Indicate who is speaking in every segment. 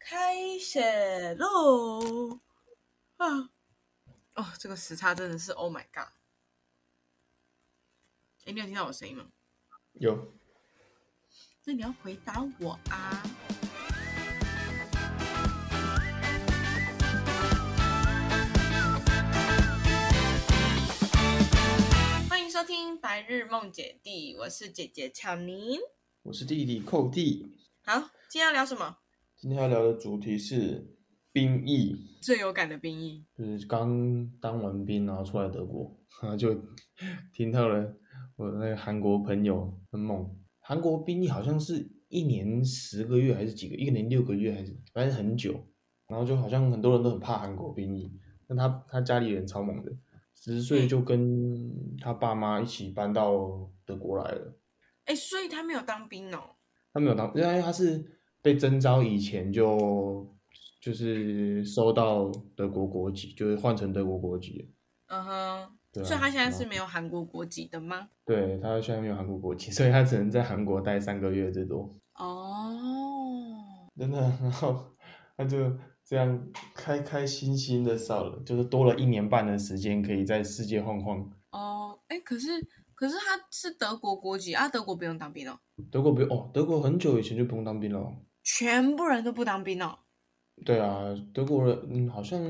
Speaker 1: 开始喽！啊，
Speaker 2: 哦，这个时差真的是 Oh my God！哎，你有听到我声音吗？
Speaker 3: 有，
Speaker 2: 那你要回答我啊！欢迎收听《白日梦姐弟》，我是姐姐巧宁。
Speaker 3: 我是弟弟寇弟。
Speaker 2: 好，今天要聊什么？
Speaker 3: 今天要聊的主题是兵役，
Speaker 2: 最有感的兵役。
Speaker 3: 就是刚当完兵然后出来德国，然后就听到了我那个韩国朋友很猛，韩国兵役好像是一年十个月还是几个，一年六个月还是反正很久，然后就好像很多人都很怕韩国兵役，但他他家里人超猛的，十岁就跟他爸妈一起搬到德国来了。
Speaker 2: 哎，所以他没有当兵哦。
Speaker 3: 他没有当，因为他是被征召以前就就是收到德国国籍，就是换成德国国籍了。
Speaker 2: 嗯哼，
Speaker 3: 对啊
Speaker 2: 所以他现在
Speaker 3: 然后
Speaker 2: 是没有韩国国籍的吗？
Speaker 3: 对他现在没有韩国国籍，所以他只能在韩国待三个月最多。
Speaker 2: 哦，
Speaker 3: 真的，然后他就这样开开心心的少了，就是多了一年半的时间可以在世界晃晃。
Speaker 2: 哦，哎，可是可是他是德国国籍啊，德国不用当兵哦，
Speaker 3: 德国不用哦，德国很久以前就不用当兵了哦。
Speaker 2: 全部人都不当兵哦。
Speaker 3: 对啊，德国人嗯，好像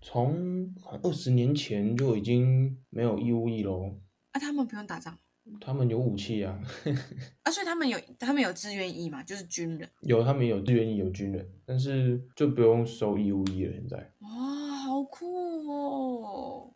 Speaker 3: 从二十年前就已经没有义务役哦喽。
Speaker 2: 啊，他们不用打仗
Speaker 3: 他们有武器啊，
Speaker 2: 啊，所以他们有他们有志愿役嘛，就是军人。
Speaker 3: 有他们有志愿役有军人，但是就不用收义务役了。现在
Speaker 2: 哇、好酷哦！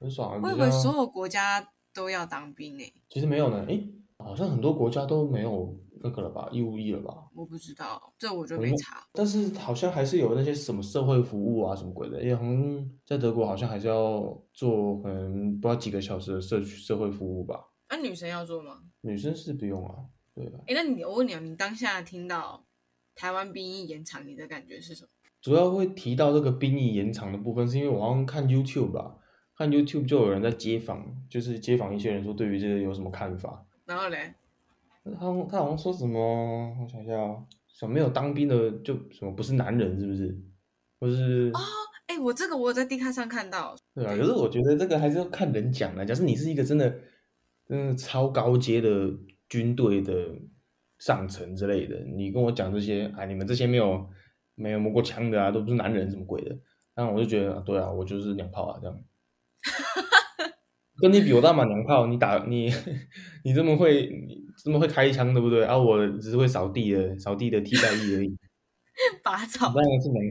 Speaker 3: 很爽啊！
Speaker 2: 我以
Speaker 3: 比较
Speaker 2: 为所有国家都要当兵呢，
Speaker 3: 其实没有呢，诶，好像很多国家都没有那个了吧，义务役了吧？
Speaker 2: 我不知道，这我就没查。
Speaker 3: 但是好像还是有那些什么社会服务啊什么鬼的，也好像在德国好像还是要做可能不知道几个小时的社区社会服务吧。
Speaker 2: 那、女生要做吗？
Speaker 3: 女生是不用啊，对啊，
Speaker 2: 哎，那你我问你哦，你当下听到台湾兵役延长，你的感觉是什么？
Speaker 3: 主要会提到这个兵役延长的部分，是因为我好像看 YouTube 吧，看 YouTube 就有人在街访，就是街访一些人说对于这个有什么看法。
Speaker 2: 然后嘞，
Speaker 3: 他他好像说什么，我想一下哦，什么没有当兵的就什么不是男人是不是？或是、
Speaker 2: 哎、我这个我有在 D 卡上看到，
Speaker 3: 对啊？
Speaker 2: 对
Speaker 3: 可是我觉得这个还是要看人讲啊的。假设你是一个真的，真的超高阶的军队的上层之类的，你跟我讲这些啊，你们这些没有没有摸过枪的啊，都不是男人什么鬼的，然后我就觉得，啊对啊，我就是娘炮啊，这样。跟你比，我大马娘炮，你打你 你这么会，你这么会开枪，对不对？啊，我只是会扫地的，扫地的替代役而已。
Speaker 2: 拔
Speaker 3: 我
Speaker 2: 草。
Speaker 3: 当然是娘，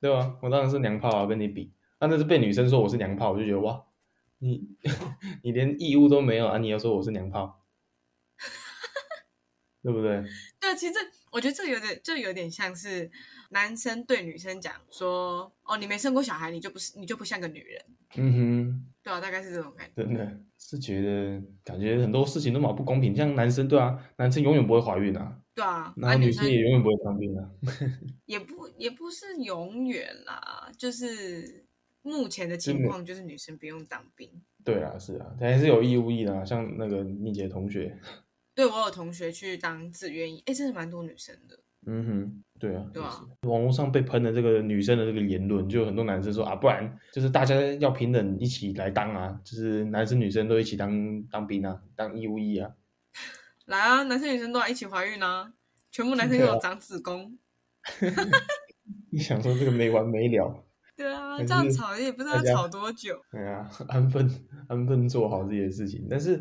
Speaker 3: 对吧、我当然是娘炮啊，跟你比。啊，那是被女生说我是娘炮，我就觉得哇，你 你连义务都没有啊，你要说我是娘炮，对不对？
Speaker 2: 对，其实我觉得这有点，就有点像是男生对女生讲说：“哦，你没生过小孩，你就不是，你就不像个女人。
Speaker 3: 嗯哼。”
Speaker 2: 对啊，大概是这种感觉。
Speaker 3: 真的是觉得感觉很多事情都蛮不公平，像男生对啊，男生永远不会怀孕啊，
Speaker 2: 对啊，
Speaker 3: 然
Speaker 2: 啊，
Speaker 3: 后
Speaker 2: 女
Speaker 3: 女
Speaker 2: 生
Speaker 3: 生也永远不会当兵啊。
Speaker 2: 也不也不是永远啦，就是目前的
Speaker 3: 真
Speaker 2: 情
Speaker 3: 的
Speaker 2: 况就是女生不用当兵。
Speaker 3: 对啊，是啊，还是有义务役的、啊，像那个妮姐同学，
Speaker 2: 对我有同学去当志愿役，哎，真的蛮多女生的。
Speaker 3: 嗯哼，对啊，
Speaker 2: 对啊
Speaker 3: 也是网络上被喷的这个女生的这个言论，就有很多男生说啊，不然就是大家要平等一起来当啊，就是男生女生都一起当当兵啊，当义务役啊，
Speaker 2: 来啊，男生女生都要一起怀孕啊，全部男生给
Speaker 3: 对啊
Speaker 2: 我长子宫。
Speaker 3: 你想说这个没完没了，
Speaker 2: 对啊，
Speaker 3: 可
Speaker 2: 这样
Speaker 3: 是
Speaker 2: 吵也不知道
Speaker 3: 大
Speaker 2: 要
Speaker 3: 家
Speaker 2: 吵多久。
Speaker 3: 对啊，安分安分做好自己的事情，但是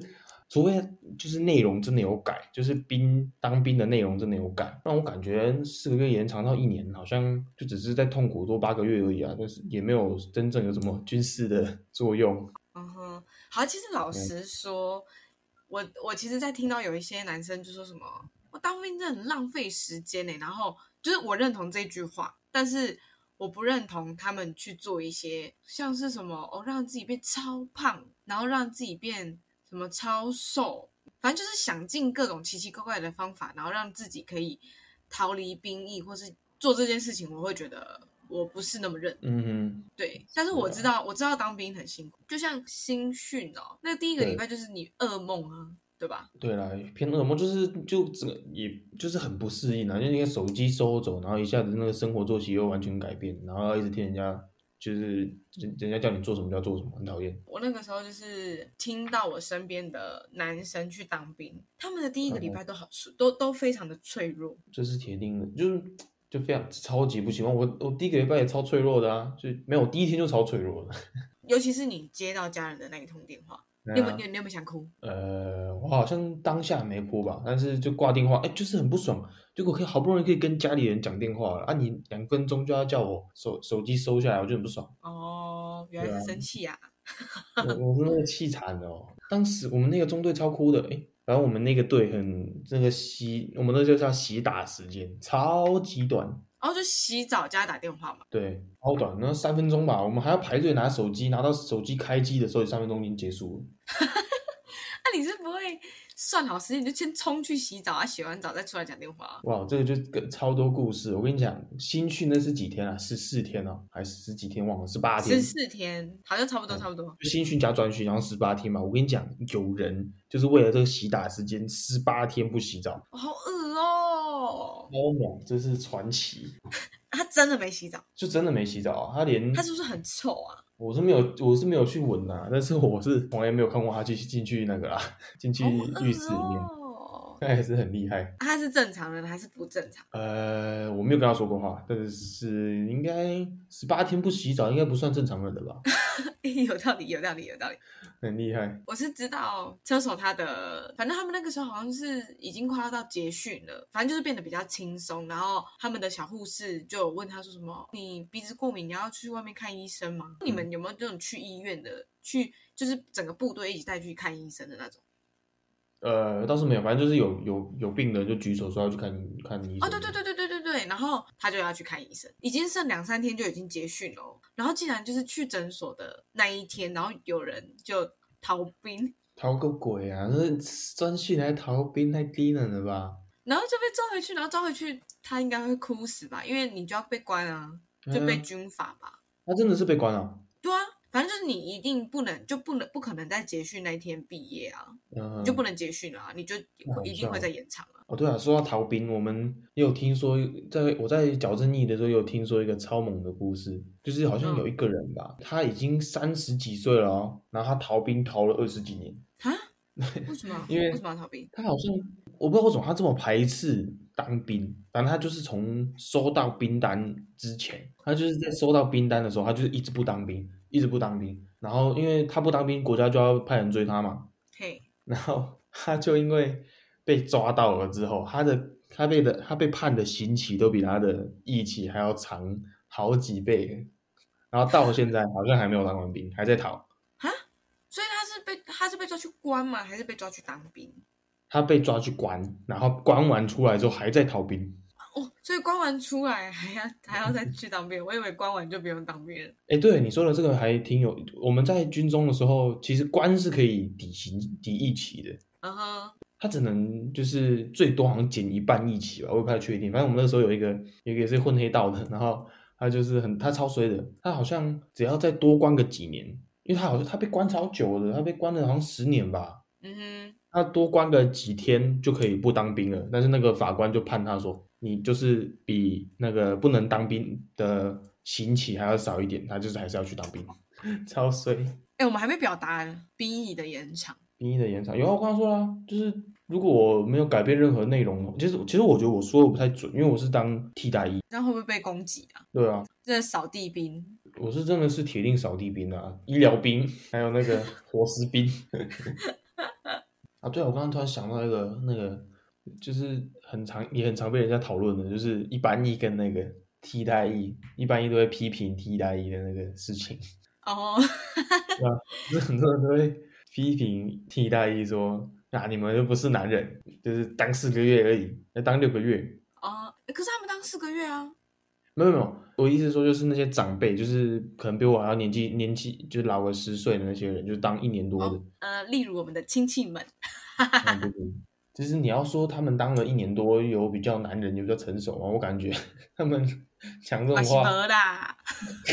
Speaker 3: 除非就是内容真的有改，就是兵当兵的内容真的有改，让我感觉四个月延长到一年，好像就只是在痛苦多八个月而已啊，但是也没有真正有什么军事的作用。
Speaker 2: 嗯哼，好，其实老实说，我我其实，在听到有一些男生就说什么“我当兵真的很浪费时间呢”，然后就是我认同这句话，但是我不认同他们去做一些像是什么哦，让自己变超胖，然后让自己变什么超瘦，反正就是想尽各种奇奇怪怪的方法，然后让自己可以逃离兵役，或是做这件事情，我会觉得我不是那么认同
Speaker 3: 嗯哼，
Speaker 2: 对，但是我知道，我知道当兵很辛苦，就像新训哦，那第一个
Speaker 3: 对
Speaker 2: 礼拜就是你噩梦啊，对吧？
Speaker 3: 对啦，偏那什么就是就整个也就是很不适应啊，就那个手机收走，然后一下子那个生活作息又完全改变，然后一直听人家就是人人家叫你做什么就要做什么，很讨厌。
Speaker 2: 我那个时候就是听到我身边的男生去当兵，他们的第一个礼拜都好脆，都都非常的脆弱。
Speaker 3: 这是铁定的，就是就非常超级不喜欢。我我第一个礼拜也超脆弱的啊，就没有我第一天就超脆弱了。
Speaker 2: 尤其是你接到家人的那一通电话，你有
Speaker 3: 啊
Speaker 2: 没有你有你有没有想哭？
Speaker 3: 呃，我好像当下没哭吧，但是就挂电话，哎，就是很不爽。结果可以好不容易可以跟家里人讲电话了，啊，你两分钟就要叫我手手机收下来，我就很不爽。
Speaker 2: 哦，原来是生气啊！
Speaker 3: 我我是那个气惨了哦。当时我们那个中队超哭的，哎，然后我们那个队很那个洗，我们那就叫洗打时间，超级短。
Speaker 2: 然后就洗澡加打电话嘛。
Speaker 3: 对，超短，那三分钟吧，我们还要排队拿手机，拿到手机开机的时候，三分钟已经结束了。
Speaker 2: 那、啊你是不会算好时间，你就先冲去洗澡啊，洗完澡再出来讲电话啊、
Speaker 3: 哇，这个就跟超多故事。我跟你讲，新训那是几天啊？十四天啊，还是十几天？忘了，十八天
Speaker 2: 十。四天好像差不多，差不多。
Speaker 3: 新训加专训，然后十八天嘛。我跟你讲，有人就是为了这个洗打时间，十八天不洗澡，
Speaker 2: 我好恶哦、
Speaker 3: 超猛，这是传奇。
Speaker 2: 他真的没洗澡，
Speaker 3: 就真的没洗澡、啊，他连
Speaker 2: 他是不是很臭啊？
Speaker 3: 我是没有，我是没有去闻啊，但是我是从来没有看过他去进去那个啦，进去
Speaker 2: 好恶
Speaker 3: 浴室里面，
Speaker 2: 哦、
Speaker 3: 那也是很厉害。
Speaker 2: 他是正常人还是不正常？
Speaker 3: 呃，我没有跟他说过话，但是应该十八天不洗澡应该不算正常人的 吧？
Speaker 2: 有道理，有道理，有道理。
Speaker 3: 很厉害，
Speaker 2: 我是知道车手他的，反正他们那个时候好像是已经快要到结训了，反正就是变得比较轻松。然后他们的小护士就有问他说什么：“你鼻子过敏，你要去外面看医生吗？”
Speaker 3: 嗯
Speaker 2: 你们有没有这种去医院的，去就是整个部队一起带去看医生的那种？
Speaker 3: 呃，倒是没有，反正就是有有有病的就举手说要去看看医生。
Speaker 2: 哦，对对，对对对对对，然后他就要去看医生，已经剩两三天就已经结训了哦。然后竟然就是去诊所的那一天，然后有人就逃兵，
Speaker 3: 逃个鬼啊！那专训还逃兵太低能了吧？
Speaker 2: 然后就被抓回去，然后抓回去，他应该会哭死吧？因为你就要被关啊，就被
Speaker 3: 嗯
Speaker 2: 军法吧？
Speaker 3: 他真的是被关了。
Speaker 2: 对啊，反正就是你一定不能，就不能不可能在结训那一天毕业啊，
Speaker 3: 嗯，
Speaker 2: 你就不能结训了、啊，你就
Speaker 3: 那好
Speaker 2: 一定会
Speaker 3: 笑
Speaker 2: 再延长 啊。
Speaker 3: 哦，对啊，说到逃兵，我们也有听说，在我在矫正义的时候，也有听说一个超猛的故事，就是好像
Speaker 2: 嗯
Speaker 3: 有一个人吧，他已经三十几岁了哦，然后他逃兵逃了二十几年，
Speaker 2: 啊？为什么？
Speaker 3: 因为
Speaker 2: 为什么要逃兵？
Speaker 3: 他好像我不知道为什么他这么排斥当兵，反正他就是从收到兵单之前，他就是在收到兵单的时候，他就是一直不当兵，一直不当兵，然后因为他不当兵，国家就要派人追他嘛，
Speaker 2: 嘿，
Speaker 3: 然后他就因为被抓到了之后，他的他被的他被判的刑期都比他的役期还要长好几倍，然后到现在好像还没有当完兵，还在逃。
Speaker 2: 所以他是被他是被抓去关吗？还是被抓去当兵？
Speaker 3: 他被抓去关，然后关完出来之后还在逃兵。
Speaker 2: 哦，所以关完出来还要还要再去当兵，我以为关完就不用当兵了。
Speaker 3: 哎，对你说的这个还挺有，我们在军中的时候，其实关是可以抵刑抵役期的，
Speaker 2: 嗯哼，
Speaker 3: 他只能就是最多好像减一半一起吧，我也不太确定。反正我们那时候有一个有一个也是混黑道的，然后他就是很他超衰的，他好像只要再多关个几年，因为他好像他被关超久的，他被关了好像十年吧，
Speaker 2: 嗯
Speaker 3: 他多关个几天就可以不当兵了。但是那个法官就判他说，你就是比那个不能当兵的刑期还要少一点，他就是还是要去当兵， 超衰。
Speaker 2: 哼，哎、我们还没表达兵役的延长。
Speaker 3: 兵役的延长，有啊，我刚刚说啦、就是如果我没有改变任何内容，其实其实我觉得我说的不太准，因为我是当替代役，
Speaker 2: 这样会不会被攻击啊？
Speaker 3: 对啊，
Speaker 2: 这扫地兵，
Speaker 3: 我是真的是铁定扫地兵啊，医疗兵，还有那个伙食兵。 啊，对啊，我刚刚突然想到一个那个，就是很常也很常被人家讨论的，就是一般役跟那个替代役，一般役都会批评替代役的那个事情。
Speaker 2: 哦，
Speaker 3: 就是很多人都会批评替代役说：“啊，你们又不是男人，就是当四个月而已，要当六个月。
Speaker 2: 哦，可是他们当四个月啊，”
Speaker 3: 没有没有，我意思说就是那些长辈，就是可能比我还要年纪年纪就是老个十岁的那些人，就当一年多的。
Speaker 2: 呃，例如我们的亲戚们，
Speaker 3: 嗯对对就是你要说他们当了一年多有比较男人，有比较成熟吗？我感觉他们讲 这
Speaker 2: 啊，
Speaker 3: 种
Speaker 2: 是
Speaker 3: 话，
Speaker 2: 没啦，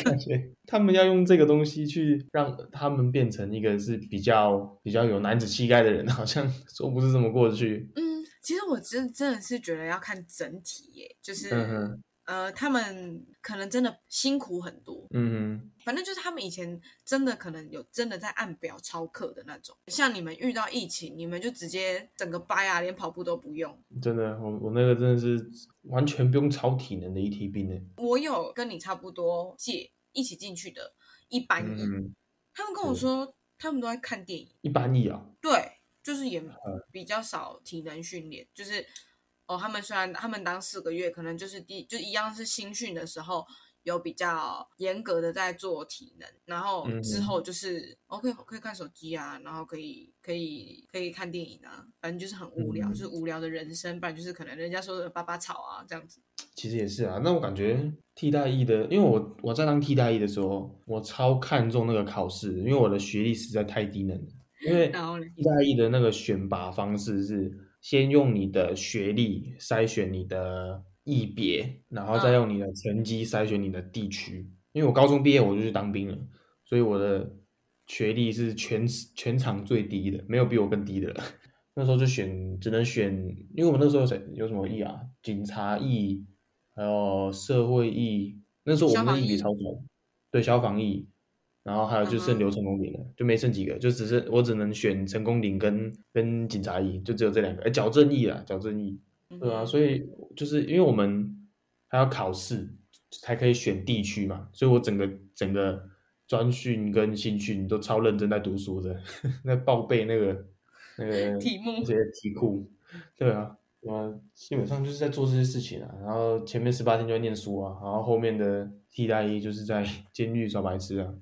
Speaker 3: 感觉他们要用这个东西去让他们变成一个是比较比较有男子气概的人，好像说不是这么过得去。
Speaker 2: 嗯，其实我真真的是觉得要看整体耶，就是、
Speaker 3: 嗯哼，
Speaker 2: 呃，他们可能真的辛苦很多，
Speaker 3: 嗯
Speaker 2: 反正就是他们以前真的可能有真的在按表超课的那种。像你们遇到疫情，你们就直接整个掰啊，连跑步都不用。
Speaker 3: 哼，真的，我我那个真的是完全不用超体能的一 t 兵呢。欸
Speaker 2: 我有跟你差不多届一起进去的一班一，
Speaker 3: 嗯，
Speaker 2: 他们跟我说他们都在看电影，
Speaker 3: 一般一啊，
Speaker 2: 对，就是也
Speaker 3: 嗯
Speaker 2: 比较少体能训练，就是哦，他们虽然他们当四个月，可能就是第就一样是新训的时候有比较严格的在做体能，然后
Speaker 3: 嗯
Speaker 2: 之后就是、哦可以可以看手机啊，然后可以可以可以看电影啊，反正就是很无聊，
Speaker 3: 嗯
Speaker 2: 就是无聊的人生，不然就是可能人家说的爸爸草啊这样子，
Speaker 3: 其实也是啊。那我感觉替代役的，因为我我在当替代役的时候，我超看重那个考试，因为我的学历实在太低能了。因为
Speaker 2: 然后嘞，
Speaker 3: 替代役的那个选拔方式是先用你的学历筛选你的役别，然后
Speaker 2: 嗯
Speaker 3: 再用你的成绩筛选你的地区。因为我高中毕业我就去当兵了，所以我的学历是全全场最低的，没有比我更低的了。 那时候就选，只能选，因为我们那时候有谁有什么役啊？警察役，还有社会役。那时候我们
Speaker 2: 消
Speaker 3: 的
Speaker 2: 防
Speaker 3: 役别
Speaker 2: 役
Speaker 3: 超少，对消防役，然后还有就
Speaker 2: 嗯哼
Speaker 3: 剩留成功领了，就没剩几个，就只是我只能选成功领跟跟警察役，就只有这两个。哎，矫正役啊，矫正役，对啊，
Speaker 2: 嗯
Speaker 3: 所以就是因为我们还要考试才可以选地区嘛，所以我整个整个专训跟新训都超认真在读书的， 在报备那个那个
Speaker 2: 题目
Speaker 3: 那些题库，对啊，我基本上就是在做这些事情啊，然后前面十八天就在念书啊，然后后面的替代役就是在 监狱耍白痴啊，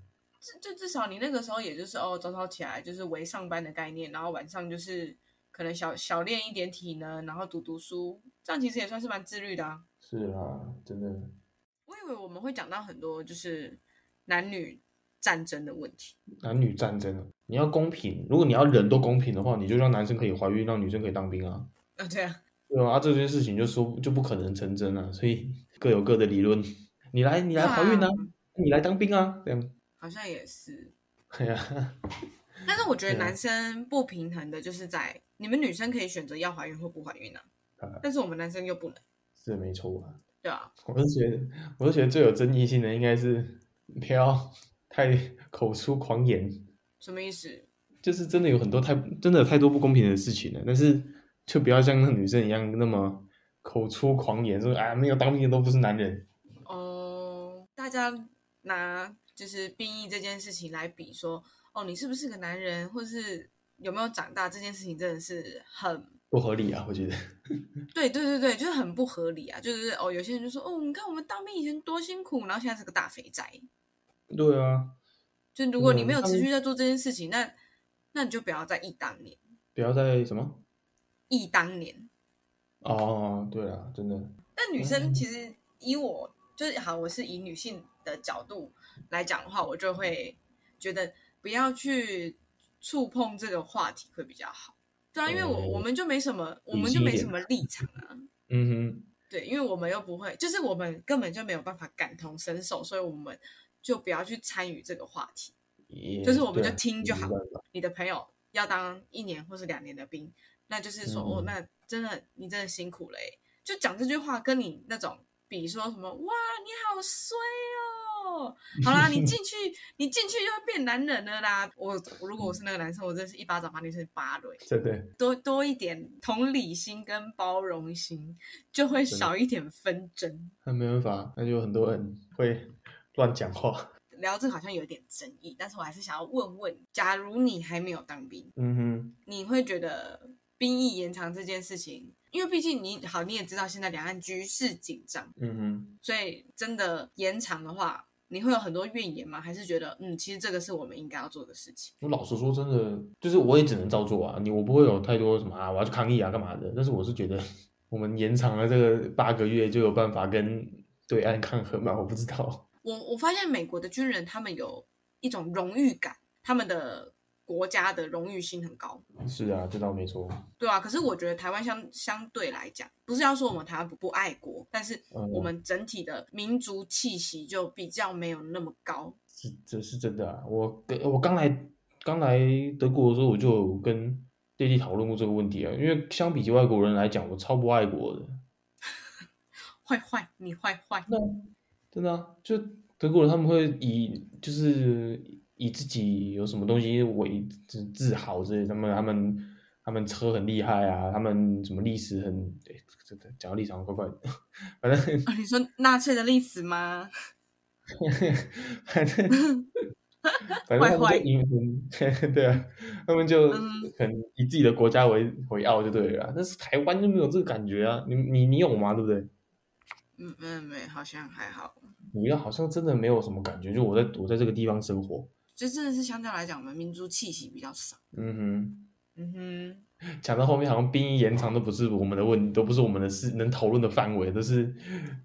Speaker 2: 至就至少你那个时候也就是哦，早早起来就是为上班的概念，然后晚上就是可能小小练一点体能，然后读读书，这样其实也算是蛮自律的啊。
Speaker 3: 是啊，真的，
Speaker 2: 我以为我们会讲到很多就是男女战争的问题，
Speaker 3: 男女战争啊，你要公平，如果你要人都公平的话，你就让男生可以怀孕，让女生可以当兵啊。
Speaker 2: 啊、对啊，
Speaker 3: 对啊，这件事情就说就不可能成真啊，所以各有各的理论。你来，你来怀孕啊，你来当兵啊，这样。
Speaker 2: 好像也是。
Speaker 3: 哎呀，
Speaker 2: 但是我觉得
Speaker 3: 对啊
Speaker 2: 男生不平衡的就是在你们女生可以选择要怀孕或不怀孕啊
Speaker 3: 啊，
Speaker 2: 但是我们男生又不能，
Speaker 3: 是没错啊。
Speaker 2: 对啊，
Speaker 3: 我是觉得，我是觉得最有争议性的应该是不要太口出狂言，
Speaker 2: 什么意思？
Speaker 3: 就是真的有很多太真的有太多不公平的事情了，但是就不要像那女生一样那么口出狂言，说啊没有当兵的都不是男人。
Speaker 2: 哦，大家拿就是兵役这件事情来比说，哦，你是不是个男人，或是有没有长大这件事情，真的是很
Speaker 3: 不合理啊，我觉得。
Speaker 2: 对对对对，就是很不合理啊！就是哦，有些人就说，哦，你看我们当兵以前多辛苦，然后现在是个大肥宅。
Speaker 3: 对啊，
Speaker 2: 就如果
Speaker 3: 嗯
Speaker 2: 你没有
Speaker 3: 当
Speaker 2: 持续在做这件事情，那那你就不要再忆当年，
Speaker 3: 不要再什么
Speaker 2: 忆当年。
Speaker 3: 哦，对啊，真的，
Speaker 2: 但女
Speaker 3: 嗯
Speaker 2: 生其实以我就是好，我是以女性的角度来讲的话，我就会觉得不要去触碰这个话题会比较好。对啊，因为我
Speaker 3: 嗯
Speaker 2: 我们就没什么，我们
Speaker 3: 理
Speaker 2: 就
Speaker 3: 性一
Speaker 2: 没
Speaker 3: 点
Speaker 2: 什么立场啊。
Speaker 3: 嗯哼。
Speaker 2: 对，因为我们又不会，就是我们根本就没有办法感同身受，所以我们就不要去参与这个话题。
Speaker 3: 也
Speaker 2: 就是我们
Speaker 3: 对
Speaker 2: 就听就好
Speaker 3: 没办法
Speaker 2: 你的朋友要当一年或是两年的兵，那就是说、
Speaker 3: 嗯
Speaker 2: 哦，那真的你真的辛苦了欸就讲这句话，跟你那种比说什么哇，你好衰哦，好啦，你进去，你进去就会变男人了啦。我如果我是那个男生，我真的是一巴掌把女生扒了欸。
Speaker 3: 真的
Speaker 2: 多多一点同理心跟包容心，就会少一点纷争。
Speaker 3: 那没办法，那就有很多人会乱讲话。
Speaker 2: 聊这个好像有点争议，但是我还是想要问问，假如你还没有当兵，
Speaker 3: 嗯哼，
Speaker 2: 你会觉得兵役延长这件事情，因为毕竟你好，你也知道现在两岸局势紧张，
Speaker 3: 嗯哼，
Speaker 2: 所以真的延长的话，你会有很多怨言吗？还是觉得嗯，其实这个是我们应该要做的事情？
Speaker 3: 我老实说，真的就是我也只能照做啊。你我不会有太多什么啊，我要去抗议啊，干嘛的？但是我是觉得我们延长了这个八个月，就有办法跟对岸抗衡嘛？我不知道。
Speaker 2: 我我发现美国的军人他们有一种荣誉感，他们的国家的荣誉性很高，
Speaker 3: 是啊，这倒没错。
Speaker 2: 对啊。可是我觉得台湾相相对来讲，不是要说我们台湾不不爱国，但是
Speaker 3: 嗯
Speaker 2: 我们整体的民族气息就比较没有那么高。
Speaker 3: 是这是真的啊！我跟我刚来刚来德国的时候，我就有跟弟弟讨论过这个问题啊。因为相比起外国人来讲，我超不爱国的，
Speaker 2: 坏坏，你坏坏，
Speaker 3: 真的、啊。就德国人他们会以就是以自己有什么东西为自自豪之类的，他们他们他们车很厉害啊，他们什么历史很，哎，这这讲到历史好像怪怪的， 反正
Speaker 2: 啊，你说纳粹的历史吗？
Speaker 3: 反正反正他们
Speaker 2: 坏
Speaker 3: 就以很 对啊，他们就
Speaker 2: 嗯
Speaker 3: 很以自己的国家为为傲就对了啊。但是台湾就没有这个感觉啊，你你你有吗？对不对？
Speaker 2: 嗯，没有没有，好像还好。
Speaker 3: 你要好像真的没有什么感觉，就我在我在这个地方生活，
Speaker 2: 就真的是相较来讲，我们民族气息比较少。
Speaker 3: 嗯
Speaker 2: 嗯哼，
Speaker 3: 哼，讲到后面好像兵役延长都不是我们的问，都不是我们的事能讨论的范围，都是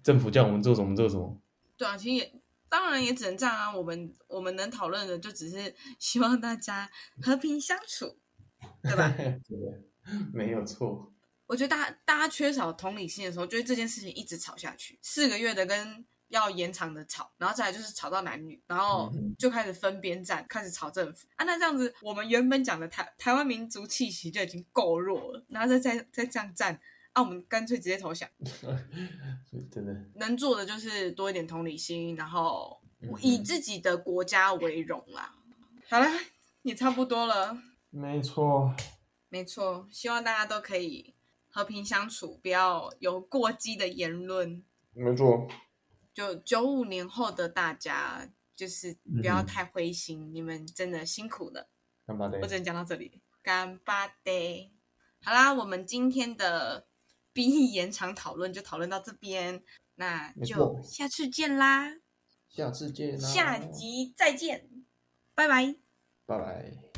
Speaker 3: 政府叫我们做什么做什么。
Speaker 2: 对啊，其实也当然也只能这样啊。我们我们能讨论的就只是希望大家和平相处，对吧？
Speaker 3: 对， 没有错。
Speaker 2: 我觉得大家大家缺少同理心的时候，就会这件事情一直吵下去，四个月的跟要延长的吵，然后再来就是吵到男女，然后
Speaker 3: 嗯哼
Speaker 2: 就开始分边站，开始吵政府啊。那这样子，我们原本讲的台台湾民族气息就已经够弱了，然后再再再这样站，啊，我们干脆直接投降。
Speaker 3: 所以真的，
Speaker 2: 能做的就是多一点同理心，然后
Speaker 3: 嗯哼
Speaker 2: 以自己的国家为荣啦。好啦，也差不多了，
Speaker 3: 没错。
Speaker 2: 没错，希望大家都可以和平相处，不要有过激的言论。
Speaker 3: 没错，
Speaker 2: 就九五年后的大家，就是不要
Speaker 3: 嗯
Speaker 2: 太灰心，你们真的辛苦了。
Speaker 3: 干嘛的
Speaker 2: 我？只能讲到这里，干巴爹。好啦，我们今天的 兵役延长讨论就讨论到这边，那
Speaker 3: 没
Speaker 2: 就
Speaker 3: 错
Speaker 2: 下次见啦。
Speaker 3: 下次见啦
Speaker 2: 下集再见，拜拜。
Speaker 3: 拜拜。